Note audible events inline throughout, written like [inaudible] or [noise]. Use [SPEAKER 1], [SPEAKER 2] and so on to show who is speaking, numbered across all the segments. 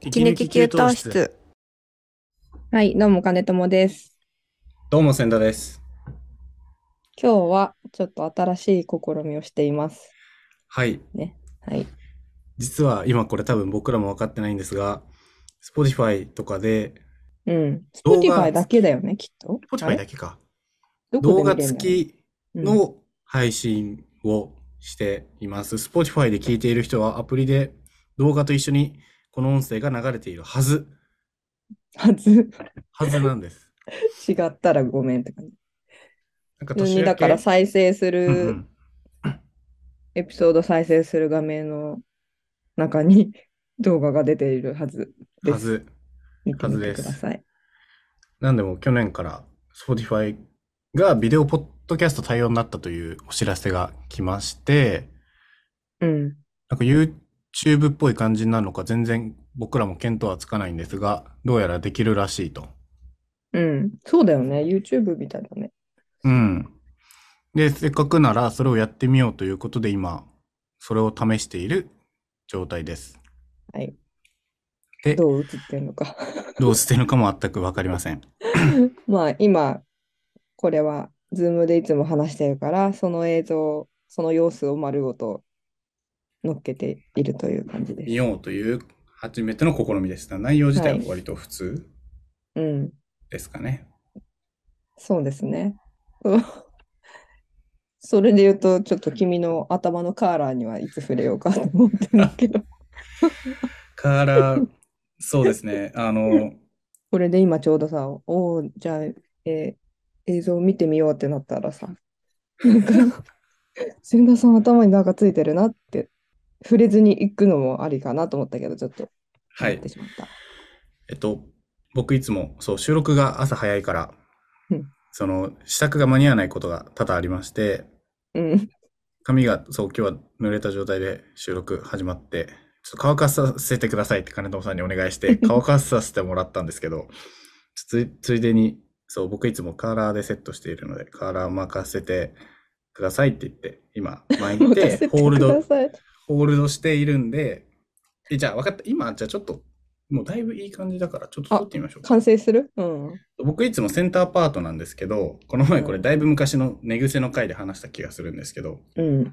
[SPEAKER 1] 息抜き給湯室。
[SPEAKER 2] はい、どうも、金友です。
[SPEAKER 3] どうも、千田です。
[SPEAKER 2] 今日はちょっと新しい試みをしています。
[SPEAKER 3] はい。
[SPEAKER 2] はい。
[SPEAKER 3] 実は今これ多分僕らも分かってないんですが、Spotify とかで、
[SPEAKER 2] うん。
[SPEAKER 3] 動画
[SPEAKER 2] Spotify だけだよね、きっと。あ
[SPEAKER 3] Spotify
[SPEAKER 2] れ
[SPEAKER 3] だけか。
[SPEAKER 2] ど
[SPEAKER 3] 動
[SPEAKER 2] こで見
[SPEAKER 3] 画
[SPEAKER 2] れるんだろう
[SPEAKER 3] 付き
[SPEAKER 2] うん
[SPEAKER 3] の配信をしています。Spotify で聞いている人はアプリで動画と一緒にこの音声が流れているはず、
[SPEAKER 2] はず、
[SPEAKER 3] はずなん
[SPEAKER 2] [laughs]
[SPEAKER 3] です。
[SPEAKER 2] 違ったらごめんって感じ。
[SPEAKER 3] なんか
[SPEAKER 2] 普通
[SPEAKER 3] 年
[SPEAKER 2] に
[SPEAKER 3] 明
[SPEAKER 2] だ
[SPEAKER 3] け、
[SPEAKER 2] から再生
[SPEAKER 3] う
[SPEAKER 2] す
[SPEAKER 3] んう
[SPEAKER 2] る、
[SPEAKER 3] ん
[SPEAKER 2] エピソード再生する画面の中に [laughs] 動画が出ているはずです。
[SPEAKER 3] はず。
[SPEAKER 2] 見てみて
[SPEAKER 3] はずで
[SPEAKER 2] く
[SPEAKER 3] す
[SPEAKER 2] ださい。
[SPEAKER 3] なんでも去年から Spotify がビデオポッドキャスト対応になったというお知らせが来まして、
[SPEAKER 2] う
[SPEAKER 3] な
[SPEAKER 2] ん。
[SPEAKER 3] んか YouTube っぽい感じになるのか全然僕らも見当はつかないんですが、どうやらできるらしいと。
[SPEAKER 2] うん。そうだよね。YouTube みたいだね。
[SPEAKER 3] うん。で、せっかくならそれをやってみようということで今、それを試している状態です。
[SPEAKER 2] はい。
[SPEAKER 3] で、ど
[SPEAKER 2] どう映ってんのか。
[SPEAKER 3] うしてるのかも全くわかりません。
[SPEAKER 2] [laughs] まあ今これは Zoom でいつも話してるからその映像その様子を丸ごと乗っけているという感じで
[SPEAKER 3] 見
[SPEAKER 2] す。
[SPEAKER 3] ようという初めての試みでした。内容自体は割と普通
[SPEAKER 2] うん、
[SPEAKER 3] ですかね。
[SPEAKER 2] そうですね。 [laughs] うんそれで言うとちょっと君の頭のカーラーにはいつ触れようかと思ってるんだけど
[SPEAKER 3] カーラー、そうですね。あの、
[SPEAKER 2] これで今ちょうどさおおじゃあ、えー映像を見てみようってなったら [laughs] さなんか千田さん頭になんかついてるなって触れずに行くのもありかなと思ったけどちょっと
[SPEAKER 3] は
[SPEAKER 2] や
[SPEAKER 3] い
[SPEAKER 2] って。しまった。
[SPEAKER 3] えっと、僕いつも、そう、収録が朝早いから
[SPEAKER 2] うん、
[SPEAKER 3] その、支度が間に合わないことが多々ありまして、
[SPEAKER 2] うん。
[SPEAKER 3] 髪が、そう、今日は濡れた状態で収録始まって、ちょっと乾かさせてくださいって金友さんにお願い
[SPEAKER 2] [laughs]
[SPEAKER 3] して、乾かさせてもらったんですけど、つ、ついでに、そう、僕いつもカーラーでセットしているので、カーラー任せてくださいって言って、今、巻い
[SPEAKER 2] [laughs] 任
[SPEAKER 3] て、
[SPEAKER 2] せて
[SPEAKER 3] ホール
[SPEAKER 2] く
[SPEAKER 3] ド
[SPEAKER 2] だ、さい。
[SPEAKER 3] ホールドしているんで、え、じゃあ分かった。今、じゃあちょっと、もうだいぶいい感じだから、ちょっと撮ってみましょうか。
[SPEAKER 2] 完成するうん。
[SPEAKER 3] 僕いつもセンターパートなんですけど、この前これだいぶ昔の寝癖の回で話した気がするんですけど、
[SPEAKER 2] うん。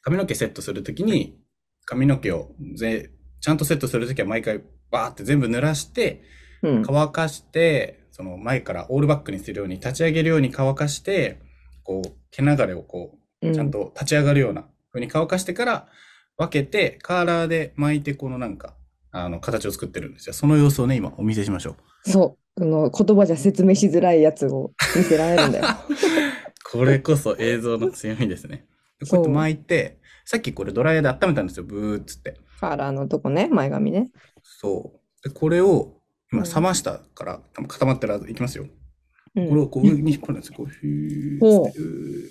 [SPEAKER 3] 髪の毛セットするときに、髪の毛をぜちゃんとセットするときは毎回バーって全部濡らして、
[SPEAKER 2] うん。
[SPEAKER 3] 乾かして、その前からオールバックにするように立ち上げるように乾かして、こう毛流れをこう、ちゃんと立ち上がるような風に乾かしてから分けて、カーラーで巻いてこのなんか、あの形を作ってるんですよ。その様子をね、今お見せしましょう。
[SPEAKER 2] そう。あの、言葉じゃ説明しづらいやつを見せられ
[SPEAKER 3] [laughs]
[SPEAKER 2] るんだよ。
[SPEAKER 3] これこそ映像の強みですね。こう
[SPEAKER 2] そう
[SPEAKER 3] やって巻いて、さっきこれドライヤーで温めたんですよ、ブーっつって。
[SPEAKER 2] カーラーのとこね、前髪ね。
[SPEAKER 3] そう。で、これを今
[SPEAKER 2] うん
[SPEAKER 3] 冷ましたから、多分固まってるはずいきますよ。
[SPEAKER 2] う
[SPEAKER 3] これ
[SPEAKER 2] ん、
[SPEAKER 3] をこう上に引っ張るんですよ。こう、ヒュ
[SPEAKER 2] ほ
[SPEAKER 3] ー
[SPEAKER 2] う
[SPEAKER 3] ってうー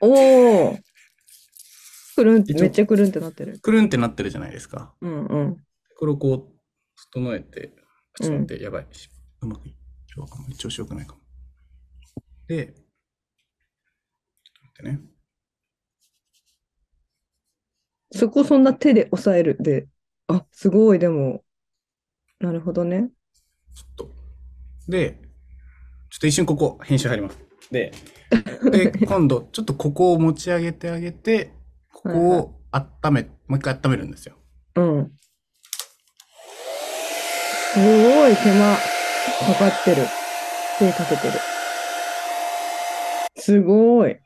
[SPEAKER 2] おおくるん
[SPEAKER 3] 一応
[SPEAKER 2] めっちゃくるんってなってる。
[SPEAKER 3] くるんってなってるじゃないですか。
[SPEAKER 2] うんうん。
[SPEAKER 3] これをこう、整えて、あちょっと待って、やばい。うまくい今日あんまり調子良くないかも。で、ちょっと待ってね。
[SPEAKER 2] そこそんな手で押さえるで。あ、すごい、でも。なるほどね。
[SPEAKER 3] ちょっと。で、ちょっと一瞬ここ、編集入ります。で、
[SPEAKER 2] [laughs]
[SPEAKER 3] で今度、ちょっとここを持ち上げてあげて、ここを温め、もう一回温めるんですよ。
[SPEAKER 2] うん。すごい手間かかってる。手かけてる。すごい。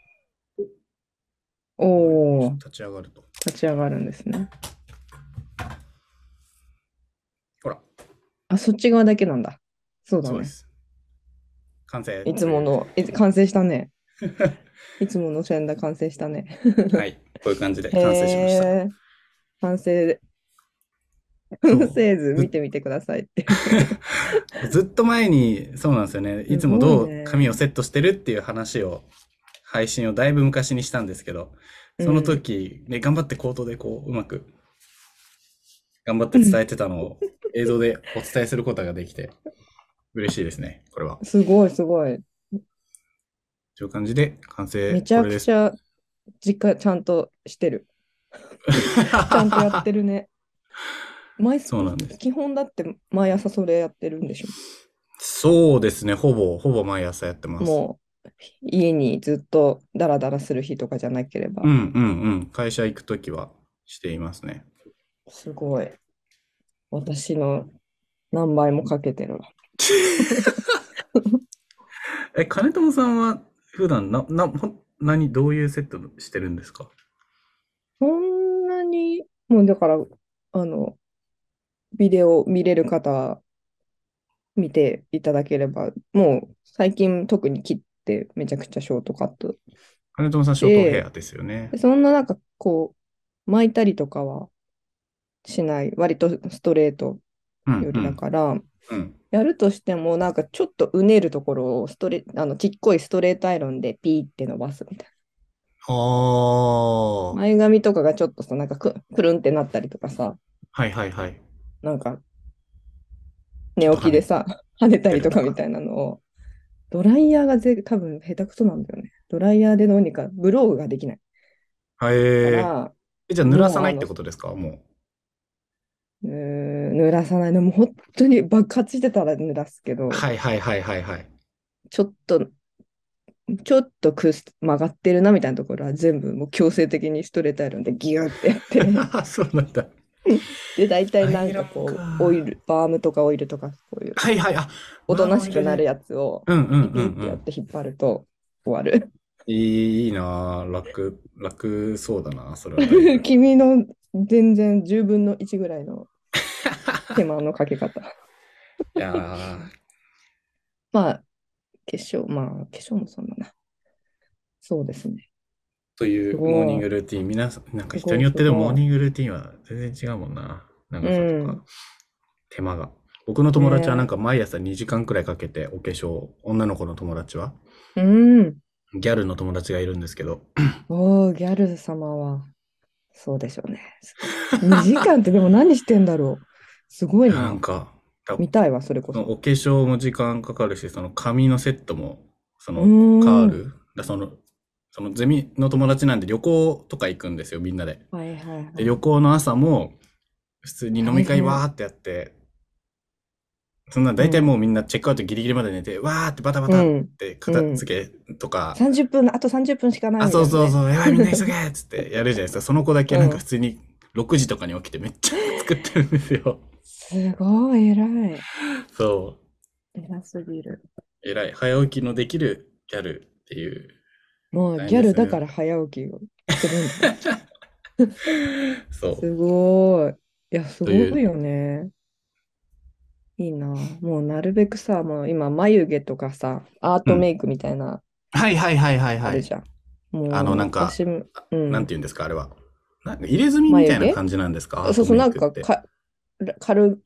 [SPEAKER 2] おお、
[SPEAKER 3] 立ち上がると。
[SPEAKER 2] 立ち上がるんですね。
[SPEAKER 3] ほら、
[SPEAKER 2] あ、そっち側だけなんだ。そうだ
[SPEAKER 3] そう
[SPEAKER 2] ね
[SPEAKER 3] で。す。完成。
[SPEAKER 2] いつも。の、い完成した
[SPEAKER 3] [laughs]
[SPEAKER 2] ね。いつもの線だ、完成したね。
[SPEAKER 3] はい、こういう感じで完成しました。
[SPEAKER 2] へー完成。
[SPEAKER 3] そう
[SPEAKER 2] 完成図見てみてくださいって。
[SPEAKER 3] ずっと前に、そうなんですよね。いつもどう髪をセットしてるっていう話を、配信をだいぶ昔にしたんですけど、その時、ね、頑張って口頭でこう、うまく、頑張って伝えてたのを映像でお伝えすることができて、嬉しいですね、これは。
[SPEAKER 2] すごいすごい。
[SPEAKER 3] という感じで、完成、
[SPEAKER 2] めちゃ
[SPEAKER 3] これ
[SPEAKER 2] く
[SPEAKER 3] です。
[SPEAKER 2] ちゃ実家ちゃんとしてる。ちゃんとやってるね。毎
[SPEAKER 3] そうなんです
[SPEAKER 2] 基本だって毎朝それやってるんでしょ
[SPEAKER 3] [laughs] そうですね、ほぼ、ほぼ毎朝やってます。
[SPEAKER 2] もう家にずっとダラダラする日とかじゃなければ。
[SPEAKER 3] うんうんうん。会社行くときはしていますね。
[SPEAKER 2] すごい。私の何倍もかけてるわ。
[SPEAKER 3] え、金友さんは普段な、な、ほん、何、どういうセットしてるんですか
[SPEAKER 2] そんなに、もうだから、あの、ビデオ見れる方、見ていただければ、もう最近特に切ってめちゃくちゃショートカット。
[SPEAKER 3] 金友さん、ショートヘアですよね
[SPEAKER 2] で。そんななんかこう、巻いたりとかはしない、割とストレート
[SPEAKER 3] うん
[SPEAKER 2] よりだから、
[SPEAKER 3] うんうん。
[SPEAKER 2] やるとしても、なんかちょっとうねるところをストレ、あのちっこいストレートアイロンでピーって伸ばすみたい
[SPEAKER 3] あ
[SPEAKER 2] な。
[SPEAKER 3] ー。
[SPEAKER 2] 前髪とかがちょっとさ、なんかくくるんってなったりとかさ、
[SPEAKER 3] はいはいはい。
[SPEAKER 2] なんか寝起きでさ、跳ねたりとかみたいなのを、ドライヤーがぜ多分下手くそなんだよね。ドライヤーでどうにかブローができない
[SPEAKER 3] は
[SPEAKER 2] か
[SPEAKER 3] えー。
[SPEAKER 2] ら、
[SPEAKER 3] えじゃあ、濡らさないってことですかもう。
[SPEAKER 2] うーん濡らさないの、もう本当に爆発してたら濡らすけど、
[SPEAKER 3] はいはいはいはい
[SPEAKER 2] [laughs]
[SPEAKER 3] はい。
[SPEAKER 2] ちょっと、ちょっとくす曲がってるなみたいなところは全部もう強制的にストレートアイロンでギューってや
[SPEAKER 3] [laughs]
[SPEAKER 2] って、
[SPEAKER 3] そうなんだ。
[SPEAKER 2] で、大体なんかこ
[SPEAKER 3] アイロン
[SPEAKER 2] う、
[SPEAKER 3] か
[SPEAKER 2] オイル、バームとかオイルとか、こういう、
[SPEAKER 3] はいはい。あ、
[SPEAKER 2] おとなしくなるやつを、
[SPEAKER 3] うんうんう
[SPEAKER 2] ピ
[SPEAKER 3] ん
[SPEAKER 2] ッ
[SPEAKER 3] う
[SPEAKER 2] てやっ
[SPEAKER 3] ん。
[SPEAKER 2] て引っ張ると終わる。
[SPEAKER 3] いいいいなぁ楽、楽そうだな
[SPEAKER 2] [laughs]
[SPEAKER 3] それはだいぶ。
[SPEAKER 2] 君の全然10分の1ぐらい
[SPEAKER 3] [laughs]
[SPEAKER 2] の手間のかけ方。
[SPEAKER 3] いやー
[SPEAKER 2] まあ、化粧、まあ、化粧もそんなな。そうですね。
[SPEAKER 3] というモーニングルーティン、皆さん、なんか人によってでもモーニングルーティンは全然違うもんな。長さと
[SPEAKER 2] うん
[SPEAKER 3] か、手間が。僕の友達はなんか毎朝2時間くらいかけてお化粧、女の子の友達は、
[SPEAKER 2] うん。
[SPEAKER 3] ギャルの友達がいるんですけど、
[SPEAKER 2] おお、ギャル様は、そうでしょうね。2時間ってでも何してんだろう。すごい
[SPEAKER 3] な
[SPEAKER 2] な。
[SPEAKER 3] んか、だ
[SPEAKER 2] 見たいわ、それこ
[SPEAKER 3] その
[SPEAKER 2] そ。
[SPEAKER 3] お化粧も時間かかるし、その髪のセットも、その
[SPEAKER 2] うん
[SPEAKER 3] カール、だその、そのゼミの友達なんで旅行とか行くんですよ、みんなで。
[SPEAKER 2] はいはいは
[SPEAKER 3] で
[SPEAKER 2] い。
[SPEAKER 3] 旅行の朝も普通に飲み会
[SPEAKER 2] はいはい
[SPEAKER 3] わーってやって、そんな大体もうみんなチェックアウトギリギリまで寝て、わーってバタバタって片付けとか、
[SPEAKER 2] 30分の、あと30分しかない
[SPEAKER 3] あ、
[SPEAKER 2] みたい
[SPEAKER 3] そう
[SPEAKER 2] なね
[SPEAKER 3] そうそう、やばいみんな急げっつってやるじゃないですか。その子だけなんか普通に6時とかに起きてめっちゃ作ってるんですよ。
[SPEAKER 2] すごい、偉い。
[SPEAKER 3] そ
[SPEAKER 2] 偉すぎる。
[SPEAKER 3] う。えらい。早起きのできるギャルっていう。
[SPEAKER 2] もうギャルだから早起きをするんだ。
[SPEAKER 3] そう。
[SPEAKER 2] すごい。いや、す
[SPEAKER 3] と
[SPEAKER 2] ご
[SPEAKER 3] いう
[SPEAKER 2] いよね。いいな。もうなるべくさ、もう今、眉毛とかさ、アートメイクみたいな、
[SPEAKER 3] はいはいはいはい
[SPEAKER 2] あ
[SPEAKER 3] は
[SPEAKER 2] る
[SPEAKER 3] い。
[SPEAKER 2] じゃん。もう
[SPEAKER 3] あのなんか
[SPEAKER 2] 私もうん
[SPEAKER 3] なんて言うんですか、あれは。なんか入れ墨みたいな感じなんですか
[SPEAKER 2] そうそう、
[SPEAKER 3] ア
[SPEAKER 2] な
[SPEAKER 3] ー
[SPEAKER 2] ん
[SPEAKER 3] トメイ
[SPEAKER 2] か
[SPEAKER 3] クって
[SPEAKER 2] か、軽、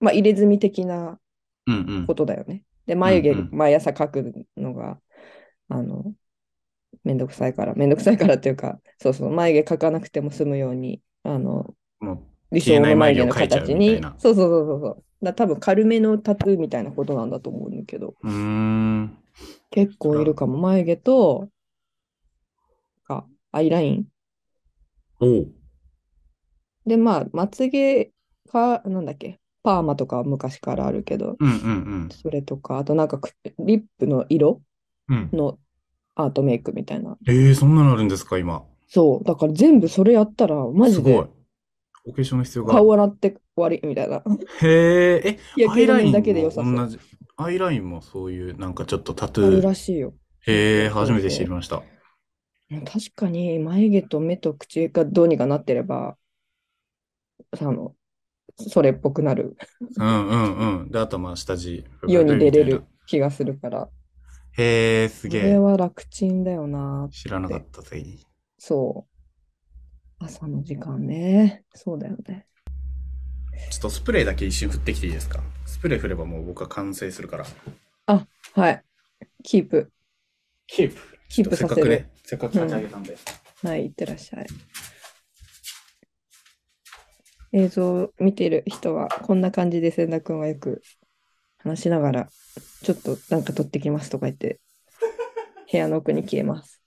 [SPEAKER 2] まあ、入れ墨的な
[SPEAKER 3] うんうん
[SPEAKER 2] こ。とだよね。で、眉毛
[SPEAKER 3] うん、うん
[SPEAKER 2] 毎朝描くのが、あの、めんどくさいから、めんどくさいからっていうか、そうそう、眉毛描かなくても済むように、あの、
[SPEAKER 3] もう
[SPEAKER 2] 理想の眉毛の
[SPEAKER 3] 消えない眉毛を描いちゃうみた
[SPEAKER 2] 形
[SPEAKER 3] い
[SPEAKER 2] に、
[SPEAKER 3] な
[SPEAKER 2] そうそうそうそうそう。だ多分軽めのタトゥーみたいなことなんだと思うんだけど、
[SPEAKER 3] うーん。
[SPEAKER 2] 結構いるかも。眉毛と、か、アイライン。
[SPEAKER 3] おう。
[SPEAKER 2] で、まあ、まつげか、なんだっけ、パーマとかは昔からあるけど、
[SPEAKER 3] うんうん
[SPEAKER 2] それとか、あとなんかくリップの色
[SPEAKER 3] うん。うん。
[SPEAKER 2] のアートメイクみたいな。
[SPEAKER 3] ええー、そんなのあるんですか、今。
[SPEAKER 2] そう、だから全部それやったら、マ
[SPEAKER 3] す
[SPEAKER 2] ジで
[SPEAKER 3] ごい。お化粧の必要がある
[SPEAKER 2] 顔洗って終わりみたいな。
[SPEAKER 3] へえ、え、
[SPEAKER 2] 焼
[SPEAKER 3] ア
[SPEAKER 2] け
[SPEAKER 3] イ
[SPEAKER 2] 止
[SPEAKER 3] ライ
[SPEAKER 2] め
[SPEAKER 3] ン
[SPEAKER 2] だけで良さそう。
[SPEAKER 3] も
[SPEAKER 2] あ
[SPEAKER 3] 同じ。アイラインもそういう、なんかちょっとタトゥ
[SPEAKER 2] る
[SPEAKER 3] ー。
[SPEAKER 2] らしいよ。
[SPEAKER 3] へえ、
[SPEAKER 2] そうそう
[SPEAKER 3] 初めて知りました。
[SPEAKER 2] 確かに眉毛と目と口がどうにかなってれば、あの、それっぽくなる
[SPEAKER 3] うんうんうん。で、あとまあ、下地。
[SPEAKER 2] 世に出れ
[SPEAKER 3] みたい
[SPEAKER 2] る気がするから、
[SPEAKER 3] な。へえ、す
[SPEAKER 2] こ
[SPEAKER 3] げ
[SPEAKER 2] れ
[SPEAKER 3] え。
[SPEAKER 2] は楽ちんだよな。
[SPEAKER 3] 知らなかったぜ。
[SPEAKER 2] そう。朝の時間ね。そうだよね。
[SPEAKER 3] ちょっとスプレーだけ一瞬振ってきていいですかスプレー振ればもう僕は完成するから。
[SPEAKER 2] はい。キープ。
[SPEAKER 3] キープ。
[SPEAKER 2] キープ
[SPEAKER 3] せ
[SPEAKER 2] さ
[SPEAKER 3] っか
[SPEAKER 2] せ
[SPEAKER 3] く
[SPEAKER 2] る。
[SPEAKER 3] ね、せっかく立ち上げたんで。
[SPEAKER 2] はい、いってらっしゃい。映像を見てる人は、こんな感じで千田君はよく話しながら、ちょっとなんか撮ってきますとか言って、部屋の奥に消えます。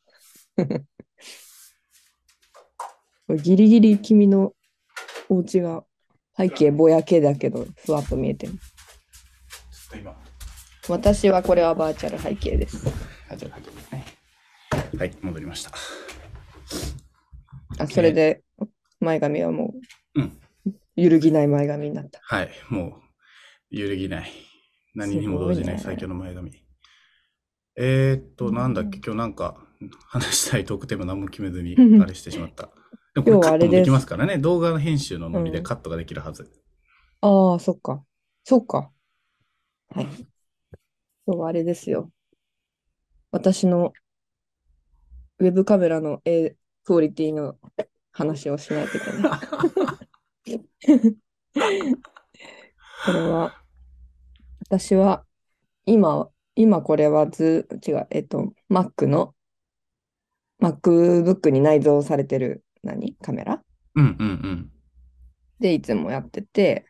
[SPEAKER 2] [laughs] ギリギリ君のお家が背景ぼやけだけど、ふわっと見えてる。
[SPEAKER 3] っと今。
[SPEAKER 2] 私はこれはバーチャル背景です。
[SPEAKER 3] はいじゃあはい、戻りました。
[SPEAKER 2] あ、それで、前髪はもう、
[SPEAKER 3] うん
[SPEAKER 2] 揺るぎない前髪になった。
[SPEAKER 3] はい、もう、揺るぎない。何にも動じない
[SPEAKER 2] すごいね
[SPEAKER 3] 最強の前髪。えー、っと、
[SPEAKER 2] うん
[SPEAKER 3] なんだっけ、今日なんか、話したいトークテーマ何も決めずに
[SPEAKER 2] うん、
[SPEAKER 3] あれしてしまった。でもこれカット
[SPEAKER 2] 今日はあれ
[SPEAKER 3] も
[SPEAKER 2] です
[SPEAKER 3] できますからね。動画の編集のノリ
[SPEAKER 2] う
[SPEAKER 3] で
[SPEAKER 2] ん
[SPEAKER 3] カットができるはず。
[SPEAKER 2] ああ、そっか。そっか。はい。今日はあれですよ。私のウェブカメラの A クオリティの話をしないといけない。 [laughs] これは、私は、今、今これはず、違う、えっと、Mac の、MacBook に内蔵されてる、何カメラ
[SPEAKER 3] うんうんうん。
[SPEAKER 2] で、いつもやってて、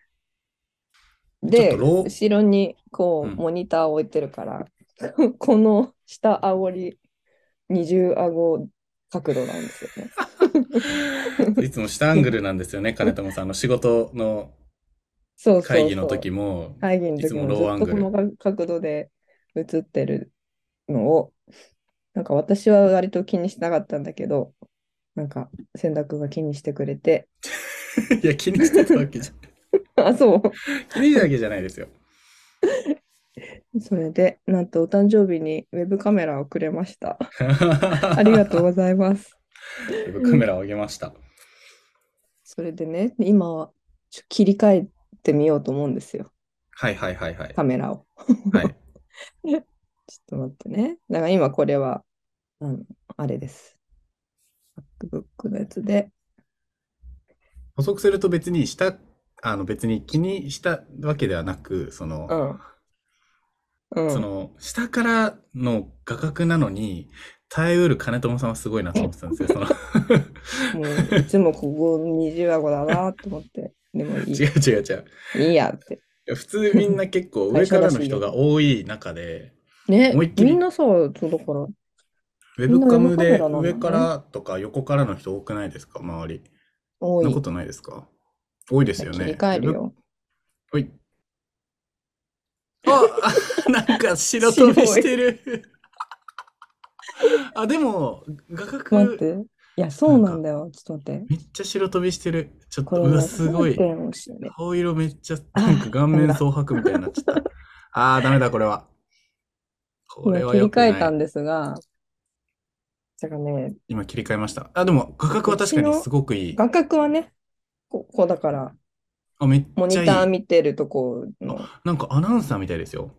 [SPEAKER 3] ちょっ
[SPEAKER 2] で、
[SPEAKER 3] とロー
[SPEAKER 2] 後ろにこう、
[SPEAKER 3] うん
[SPEAKER 2] モニターを置いてるから、 [laughs] この下煽り、二重顎角度なんですよね。
[SPEAKER 3] いつも下アングルなんですよね、金友さん。あの仕事の
[SPEAKER 2] そうそう
[SPEAKER 3] 会議の
[SPEAKER 2] そう
[SPEAKER 3] 時も、
[SPEAKER 2] 会議の時も
[SPEAKER 3] いつもローアングル
[SPEAKER 2] ずっとこの角度で映ってるのを、なんか私は割と気にしなかったんだけど、なんか千田君が気にしてくれて、
[SPEAKER 3] [laughs]
[SPEAKER 2] [laughs]
[SPEAKER 3] いや、気にしてたわけじゃ、
[SPEAKER 2] あ、そ
[SPEAKER 3] [laughs] 気にしてたわけじゃないです [laughs] よ。
[SPEAKER 2] う。それで、なんとお誕生日にウェブカメラをくれました。ありがとうございます。
[SPEAKER 3] [laughs] う。カメラを上げました。
[SPEAKER 2] それでね、今はちょ切り替えてみようと思うんですよ、
[SPEAKER 3] はいはいはいはい。
[SPEAKER 2] カメラを。
[SPEAKER 3] はい。
[SPEAKER 2] ちょっと待ってね。だから今これは、あの、あれです。MacBook のやつで、
[SPEAKER 3] 補足すると別にした、あの別に気にしたわけではなく、その、
[SPEAKER 2] うん。うん、
[SPEAKER 3] その、下からの画角なのに、耐えうる金友さんはすごいなと思ってたんですよ。その
[SPEAKER 2] [laughs] もういつもここ二重顎だなと思って、でもいい
[SPEAKER 3] 違う違う違う。
[SPEAKER 2] いい
[SPEAKER 3] [laughs]
[SPEAKER 2] やって。
[SPEAKER 3] 普通みんな結構上からの人が多い中で、
[SPEAKER 2] ね
[SPEAKER 3] 思いっ、きり
[SPEAKER 2] みんなさ、そうだから、
[SPEAKER 3] ウェブカムで
[SPEAKER 2] [laughs] みんなウェブカメラなんだね
[SPEAKER 3] 上からとか横からの人多くないですか周り。
[SPEAKER 2] 多
[SPEAKER 3] そん
[SPEAKER 2] い。
[SPEAKER 3] なことないですか多いですよ
[SPEAKER 2] 切
[SPEAKER 3] ね。
[SPEAKER 2] り替えるよ。
[SPEAKER 3] ウェ
[SPEAKER 2] [laughs]
[SPEAKER 3] ブ。はい。あ [laughs] なんか白飛びしてる。 [laughs] あ、でも、画
[SPEAKER 2] 待っ
[SPEAKER 3] 角、
[SPEAKER 2] て。いや、そうなんだよ。ちょっと待って。
[SPEAKER 3] めっちゃ白飛びしてる。ちょっ、
[SPEAKER 2] ことれ
[SPEAKER 3] うわ、
[SPEAKER 2] ね
[SPEAKER 3] すごい。
[SPEAKER 2] どうやってやるのしね
[SPEAKER 3] 顔色めっちゃ、
[SPEAKER 2] あ
[SPEAKER 3] なんか顔面蒼白みたいになっち
[SPEAKER 2] [laughs]
[SPEAKER 3] ゃった。あー、ダメだ、これは。これ
[SPEAKER 2] 今
[SPEAKER 3] は
[SPEAKER 2] 切り
[SPEAKER 3] 良くな
[SPEAKER 2] 替
[SPEAKER 3] い
[SPEAKER 2] えたんですが、だからね、
[SPEAKER 3] 今切り替えました。あ、でも、画角は確かにすごくいい。
[SPEAKER 2] 画角はね、ここうだから、
[SPEAKER 3] あ、めっち
[SPEAKER 2] モニ
[SPEAKER 3] ゃいい。
[SPEAKER 2] ター見てるとこの、
[SPEAKER 3] なんかアナウンサーみたいですよ。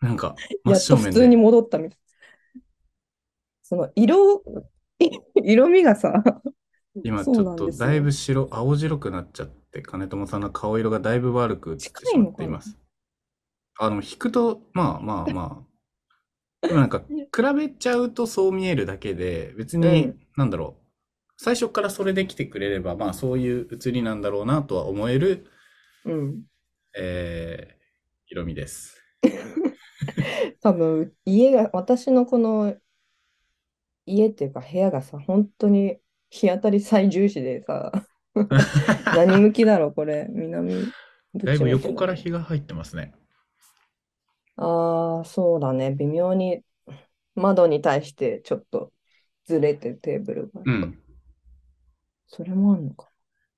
[SPEAKER 3] なん
[SPEAKER 2] [laughs]
[SPEAKER 3] か、真
[SPEAKER 2] やっ
[SPEAKER 3] 正
[SPEAKER 2] と
[SPEAKER 3] 面
[SPEAKER 2] 普
[SPEAKER 3] で。
[SPEAKER 2] 通に戻ったみたい。その色、 [laughs] 色味がさ、
[SPEAKER 3] 今ち
[SPEAKER 2] そう
[SPEAKER 3] ょ
[SPEAKER 2] な
[SPEAKER 3] っ
[SPEAKER 2] ん
[SPEAKER 3] と
[SPEAKER 2] ですよ
[SPEAKER 3] だいぶ白、青白くなっちゃって、金友さんの顔色がだいぶ悪く映ってしまっています。あの、引くと、まあまあまあ。
[SPEAKER 2] [laughs]
[SPEAKER 3] でもなんか、比べちゃうとそう見えるだけで、別に、
[SPEAKER 2] うん
[SPEAKER 3] なんだろう。最初からそれで来てくれれば、まあそういう写りなんだろうなとは思える、
[SPEAKER 2] うん。
[SPEAKER 3] えー、色味です。
[SPEAKER 2] 多分家が私のこの家っていうか部屋がさ本当に日当たり最重視
[SPEAKER 3] [laughs]
[SPEAKER 2] でさ何向きだろうこれ南ど
[SPEAKER 3] だ
[SPEAKER 2] っ
[SPEAKER 3] い
[SPEAKER 2] ち
[SPEAKER 3] ぶ
[SPEAKER 2] 向いて
[SPEAKER 3] 横
[SPEAKER 2] ん
[SPEAKER 3] から
[SPEAKER 2] だ
[SPEAKER 3] 日が入ってますね。
[SPEAKER 2] ろうああそうだね微妙に窓に対してちょっとずれてテーブルが、
[SPEAKER 3] うん。
[SPEAKER 2] それもあるのか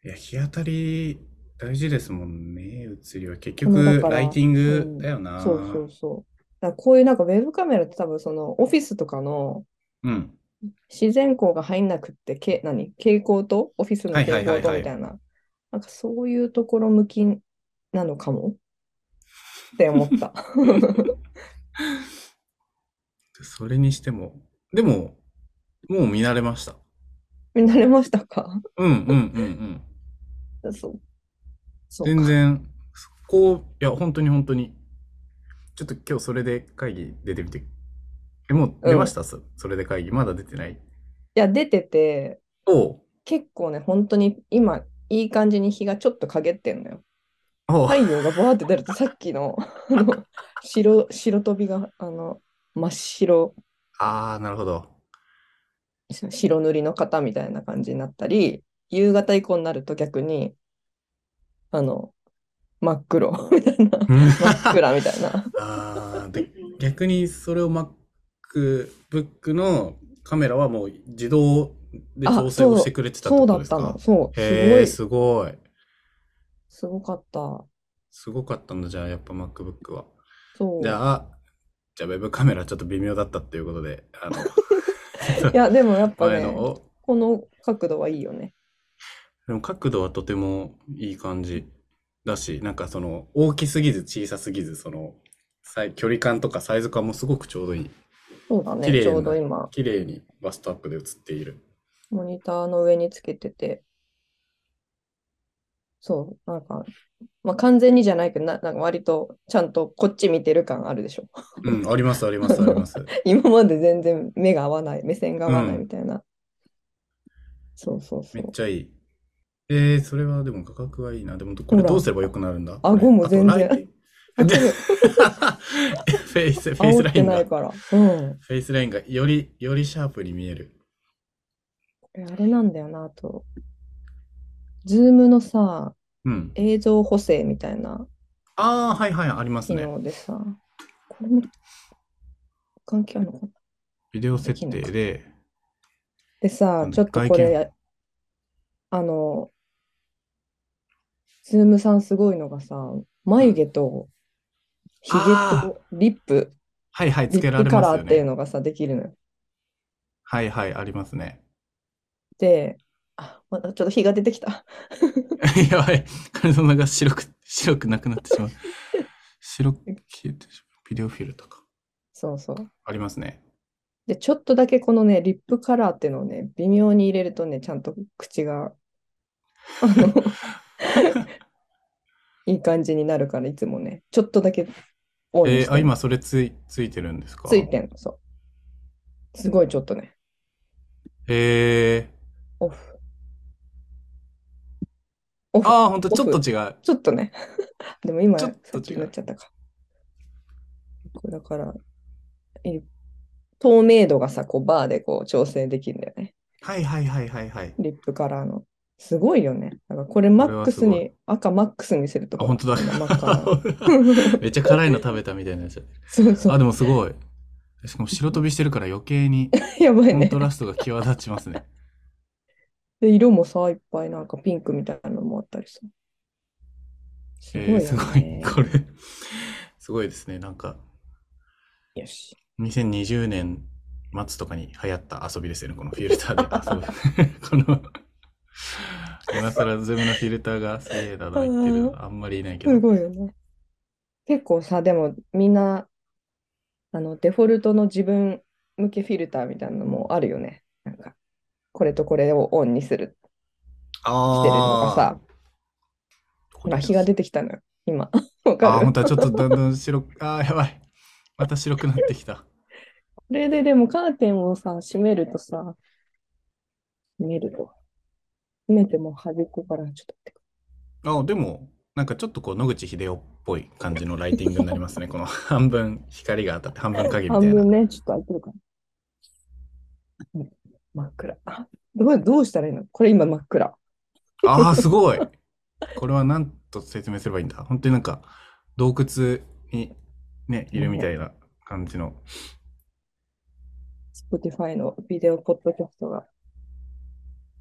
[SPEAKER 3] いや、日当たり大事ですもんね、写りは。結
[SPEAKER 2] うんだ
[SPEAKER 3] 局、
[SPEAKER 2] から
[SPEAKER 3] ライティングだよな。
[SPEAKER 2] そうそうそうだからこういうなんかウェブカメラって多分そのオフィスとかの
[SPEAKER 3] うん。
[SPEAKER 2] 自然光が入んなくって、け、何蛍光灯オフィスの
[SPEAKER 3] はいは
[SPEAKER 2] 蛍
[SPEAKER 3] いはいはい
[SPEAKER 2] 光灯みたいな。なんかそういうところ向きなのかもって思
[SPEAKER 3] [laughs]
[SPEAKER 2] った。 [laughs]
[SPEAKER 3] それにしても、でも、もう見慣れました。
[SPEAKER 2] 見慣れましたか
[SPEAKER 3] うんうんうん
[SPEAKER 2] そう。
[SPEAKER 3] う
[SPEAKER 2] そ
[SPEAKER 3] ん。
[SPEAKER 2] う
[SPEAKER 3] 全
[SPEAKER 2] か。
[SPEAKER 3] 然、そこ、いや、本当に本当に。ちょっと今日それで会議出てみて。え、もう出ましたそそれで会議。まだ出てない。
[SPEAKER 2] いや、出てて、
[SPEAKER 3] おう
[SPEAKER 2] 結構ね、本当に今、いい感じに日がちょっと陰ってんのよ。
[SPEAKER 3] おう
[SPEAKER 2] 太陽がバーって出ると、さっきの、 [laughs] あの、白、白飛びが、あの、真っ白、
[SPEAKER 3] あー、なるほど。
[SPEAKER 2] 白塗りの方みたいな感じになったり、夕方以降になると逆にあの、真っ黒 [laughs] みたいな。真っ暗みたいな。
[SPEAKER 3] [laughs] ああ、で、逆にそれを MacBook のカメラはもう自動で調整をしてくれてたって
[SPEAKER 2] そう
[SPEAKER 3] こと
[SPEAKER 2] だ
[SPEAKER 3] で
[SPEAKER 2] っ
[SPEAKER 3] す
[SPEAKER 2] た
[SPEAKER 3] か
[SPEAKER 2] の。そう。す
[SPEAKER 3] へ
[SPEAKER 2] ご
[SPEAKER 3] え、
[SPEAKER 2] い、
[SPEAKER 3] すごい。
[SPEAKER 2] すごかった。
[SPEAKER 3] すごかったんだ、じゃあ、やっぱ MacBook は。
[SPEAKER 2] そう。
[SPEAKER 3] じゃあ、じゃあ、ウェブカメラちょっと微妙だったっていうことで、あ
[SPEAKER 2] [laughs]
[SPEAKER 3] の、
[SPEAKER 2] いや、でもやっぱ
[SPEAKER 3] 前
[SPEAKER 2] ね、
[SPEAKER 3] のを、
[SPEAKER 2] この角度はいいよね。
[SPEAKER 3] でも角度はとてもいい感じだし、なんかその、大きすぎず小さすぎず、その、サイ距離感とかサイズ感もすごくちょうどいい。
[SPEAKER 2] そうだね、
[SPEAKER 3] 綺麗
[SPEAKER 2] ちょう
[SPEAKER 3] な
[SPEAKER 2] ど今、
[SPEAKER 3] 綺麗にバストアップで映っている。
[SPEAKER 2] モニターの上につけてて、そう、なんか、まあ、完全にじゃないけど、な、なんか割とちゃんとこっち見てる感あるでしょ。 [laughs]
[SPEAKER 3] うん、あります、あります、あります。
[SPEAKER 2] 今まで全然目が合わない、目線が合わな
[SPEAKER 3] う
[SPEAKER 2] い
[SPEAKER 3] ん
[SPEAKER 2] みたいな。そうそうそ
[SPEAKER 3] めっ
[SPEAKER 2] う。
[SPEAKER 3] ちゃいい。えー、それはでも価格はいいな。でも、これ
[SPEAKER 2] ほら
[SPEAKER 3] どうすれば良くなるんだ
[SPEAKER 2] 顎も全然
[SPEAKER 3] フ
[SPEAKER 2] あこれ
[SPEAKER 3] ェイ [laughs] ス、フェイス
[SPEAKER 2] 煽
[SPEAKER 3] ラ
[SPEAKER 2] っ
[SPEAKER 3] イ
[SPEAKER 2] て
[SPEAKER 3] ン
[SPEAKER 2] な
[SPEAKER 3] が、
[SPEAKER 2] いから。うん。
[SPEAKER 3] フェイスラインがより、よりシャープに見える。
[SPEAKER 2] これあれなんだよな、あと。ズームのさ、
[SPEAKER 3] うん。
[SPEAKER 2] 映像補正みたいな
[SPEAKER 3] ああ、はいはい、あります
[SPEAKER 2] 機
[SPEAKER 3] ね。
[SPEAKER 2] 能でさ、これも関係あるのかな
[SPEAKER 3] ビデオ設定で、
[SPEAKER 2] でさ
[SPEAKER 3] う、ん
[SPEAKER 2] ちょっとこ
[SPEAKER 3] 外
[SPEAKER 2] れ、あの、ズームさんすごいのがさ、眉毛とひげ
[SPEAKER 3] あ
[SPEAKER 2] とリップ、
[SPEAKER 3] はいはい、
[SPEAKER 2] リ
[SPEAKER 3] つけ
[SPEAKER 2] ッ
[SPEAKER 3] ら
[SPEAKER 2] プ
[SPEAKER 3] れ
[SPEAKER 2] カ
[SPEAKER 3] ます
[SPEAKER 2] ラ
[SPEAKER 3] よ
[SPEAKER 2] ーっていう
[SPEAKER 3] ね。
[SPEAKER 2] のがさ、できるのよ。
[SPEAKER 3] はいはい、ありますね。 [laughs]
[SPEAKER 2] で、あ、まだちょっと日が出てきた。 [laughs]
[SPEAKER 3] やばい、金沢が白く、白くなくなってしまう。白く消えてしまう。ビデオフィルとか。
[SPEAKER 2] そうそう。
[SPEAKER 3] ありますね。
[SPEAKER 2] で、ちょっとだけこのね、リップカラーっていうのをね、微妙に入れるとね、ちゃんと口が、あ
[SPEAKER 3] [laughs]
[SPEAKER 2] の [laughs] いい感じになるから、いつもね、ちょっとだけオンに
[SPEAKER 3] えー、
[SPEAKER 2] して
[SPEAKER 3] あ、
[SPEAKER 2] る
[SPEAKER 3] 今それつい、ついてるんですか
[SPEAKER 2] ついてんの、そう。すごいちょっとね、
[SPEAKER 3] へえ。
[SPEAKER 2] オフ。オフ、
[SPEAKER 3] ああ、ほんと、
[SPEAKER 2] オフ
[SPEAKER 3] ちょっと違う。
[SPEAKER 2] ちょっとね。 [laughs] でも今、
[SPEAKER 3] ちょっと
[SPEAKER 2] さっき
[SPEAKER 3] 違う
[SPEAKER 2] なっちゃったか。こうだから、え透明度がさ、こうバーでこう調整できるんだよね。
[SPEAKER 3] はいはいはいはいはい。
[SPEAKER 2] リップカラーの。すごいよね。だからこれマ
[SPEAKER 3] これ
[SPEAKER 2] ッ
[SPEAKER 3] は
[SPEAKER 2] ク
[SPEAKER 3] す
[SPEAKER 2] ス
[SPEAKER 3] ごい
[SPEAKER 2] に、赤マックスにすると
[SPEAKER 3] あ、ほんとだ。
[SPEAKER 2] 真っ赤な
[SPEAKER 3] [laughs]
[SPEAKER 2] の
[SPEAKER 3] めっちゃ辛いの食べたみたいになっちゃって。
[SPEAKER 2] そうそ
[SPEAKER 3] あ、
[SPEAKER 2] う。
[SPEAKER 3] でもすごい。しかも白飛びしてるから余計に
[SPEAKER 2] やばい
[SPEAKER 3] コン
[SPEAKER 2] ね
[SPEAKER 3] ト。ラストが際立ちますね。
[SPEAKER 2] で、色もさ、いっぱいなんかピンクみたいなのもあったりさ。すごい
[SPEAKER 3] えー、
[SPEAKER 2] よ
[SPEAKER 3] すごい。
[SPEAKER 2] ね。
[SPEAKER 3] これ、 [laughs] すごいですね。なんか、
[SPEAKER 2] よし。
[SPEAKER 3] 2020年末とかに流行った遊びですよね。このフィル
[SPEAKER 2] [laughs]
[SPEAKER 3] ターで遊ぶ。 [laughs] この、今更ズームのフィルターがすげえだな言ってるのあんまりいないけ
[SPEAKER 2] す
[SPEAKER 3] ど。
[SPEAKER 2] ごいよね。結構さ、でもみんな、あの、デフォルトの自分向けフィルターみたいなのもあるよね。なんか、これとこれをオンにするしてるのが
[SPEAKER 3] あ
[SPEAKER 2] さ、今日が出てきたのよ、
[SPEAKER 3] [laughs]
[SPEAKER 2] 今。わ
[SPEAKER 3] あ
[SPEAKER 2] か
[SPEAKER 3] あー、
[SPEAKER 2] る
[SPEAKER 3] 本当はちょっとだんだん白く、ああ、やばい。また白くなってきた。
[SPEAKER 2] これででもカーテンをさ、閉めるとさ、閉めると。閉めても端っこからちょっと待って
[SPEAKER 3] あ、でも、なんかちょっとこう、野口英世っぽい感じのライティングになりますね。この半分光が当たって半分影みたい
[SPEAKER 2] 半
[SPEAKER 3] な。
[SPEAKER 2] 分ね、ちょっと開いてるから。うん真っ暗。あどう、どうしたらいいのこれ今真っ暗。
[SPEAKER 3] ああ、すごい。これは何と説明すればいいんだ。本当になんか、洞窟にね、いるみたいな感じの。
[SPEAKER 2] Spotify のビデオポッドキャストが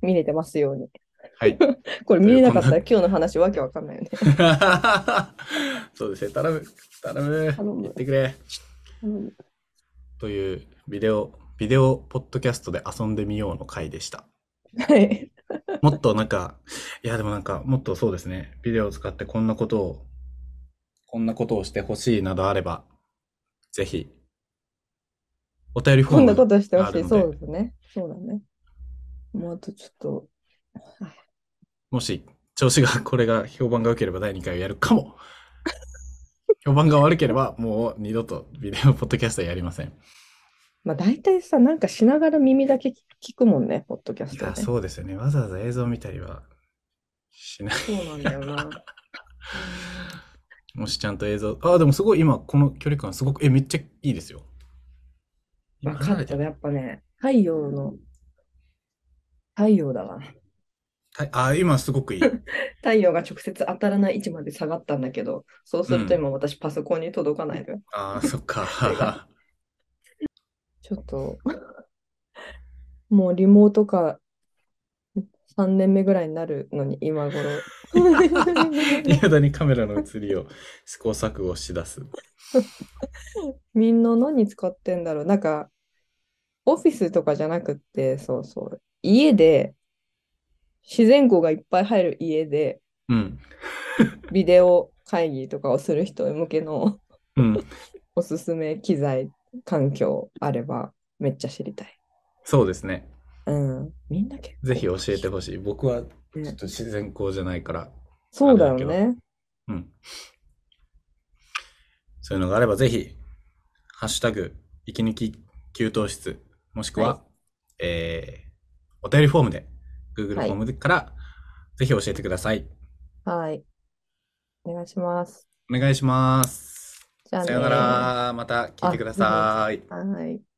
[SPEAKER 2] 見れてますように。
[SPEAKER 3] はい。
[SPEAKER 2] これ見れなかったら
[SPEAKER 3] と
[SPEAKER 2] 今日の話わけわかんないよね。
[SPEAKER 3] そうですね。頼む。頼む。
[SPEAKER 2] 頼む
[SPEAKER 3] 言ってくれ。
[SPEAKER 2] うん
[SPEAKER 3] という、ビデオ、ビデオポッドキャストで遊んでみようの回でした。
[SPEAKER 2] [laughs] はい。 [laughs]
[SPEAKER 3] もっとなんか、いやでもなんか、もっとそうですね、ビデオを使ってこんなことを、こんなことをしてほしいなどあれば、ぜひ、お便りフォ
[SPEAKER 2] こん
[SPEAKER 3] ー
[SPEAKER 2] な
[SPEAKER 3] ム
[SPEAKER 2] ことして
[SPEAKER 3] あ
[SPEAKER 2] ほ
[SPEAKER 3] る
[SPEAKER 2] しい。
[SPEAKER 3] の
[SPEAKER 2] そ
[SPEAKER 3] で
[SPEAKER 2] うですね。そうだね。もうあとちょっと、
[SPEAKER 3] もし、調子が、これが、評判が良ければ第2回をやるかも。評判が悪ければ、もう二度とビデオポッドキャストはやりません。
[SPEAKER 2] まあ大体さ、なんかしながら耳だけ聞聞くもんね、ポッドキャス
[SPEAKER 3] い
[SPEAKER 2] ト
[SPEAKER 3] や、
[SPEAKER 2] ね。
[SPEAKER 3] そうですよね。わざわざ映像見たりはしない。
[SPEAKER 2] そうなんだよ [laughs] な。
[SPEAKER 3] もしちゃんと映像、ああ、でもすごい今、この距離感、すごく、え、めっちゃいいですよ。
[SPEAKER 2] 分
[SPEAKER 3] 離
[SPEAKER 2] かっ
[SPEAKER 3] れて
[SPEAKER 2] た
[SPEAKER 3] る
[SPEAKER 2] ね。やっぱね、太陽の、太陽だわ。
[SPEAKER 3] たあ、今すごくいい。
[SPEAKER 2] [laughs] 太陽が直接当たらない位置まで下がったんだけど、そうすると今私パソコンに届かないのよ。
[SPEAKER 3] ああ、そっ [laughs] か。
[SPEAKER 2] ちょっと、もうリモートか3年目ぐらいになるのに
[SPEAKER 3] [laughs]
[SPEAKER 2] 今頃。
[SPEAKER 3] いまだにカメラの映りを試行錯誤しだす。
[SPEAKER 2] みんな何使ってんだろう。なんか、オフィスとかじゃなくって、そうそう。家で、自然光がいっぱい入る家で、
[SPEAKER 3] うん。
[SPEAKER 2] ビデオ会議とかをする人向けの
[SPEAKER 3] うん。
[SPEAKER 2] おすすめ機材、環境あればめっちゃ知りたい。
[SPEAKER 3] そうですね。
[SPEAKER 2] うん。みんな結構
[SPEAKER 3] ぜひ教えてほしい。僕はちょ
[SPEAKER 2] ね
[SPEAKER 3] っと自然光じゃないから、
[SPEAKER 2] そうだよ
[SPEAKER 3] あ
[SPEAKER 2] ね。
[SPEAKER 3] うん。そういうのがあればぜひ、ハッシュタグ、息抜き給湯室、もしくは、
[SPEAKER 2] はい
[SPEAKER 3] えー、お便りフォームで、Google フ
[SPEAKER 2] はい
[SPEAKER 3] ォームから、ぜひ教えてください。
[SPEAKER 2] はい。お願いします。
[SPEAKER 3] お願いします。
[SPEAKER 2] じゃあね。
[SPEAKER 3] さよなら。また聞いてください。
[SPEAKER 2] はい。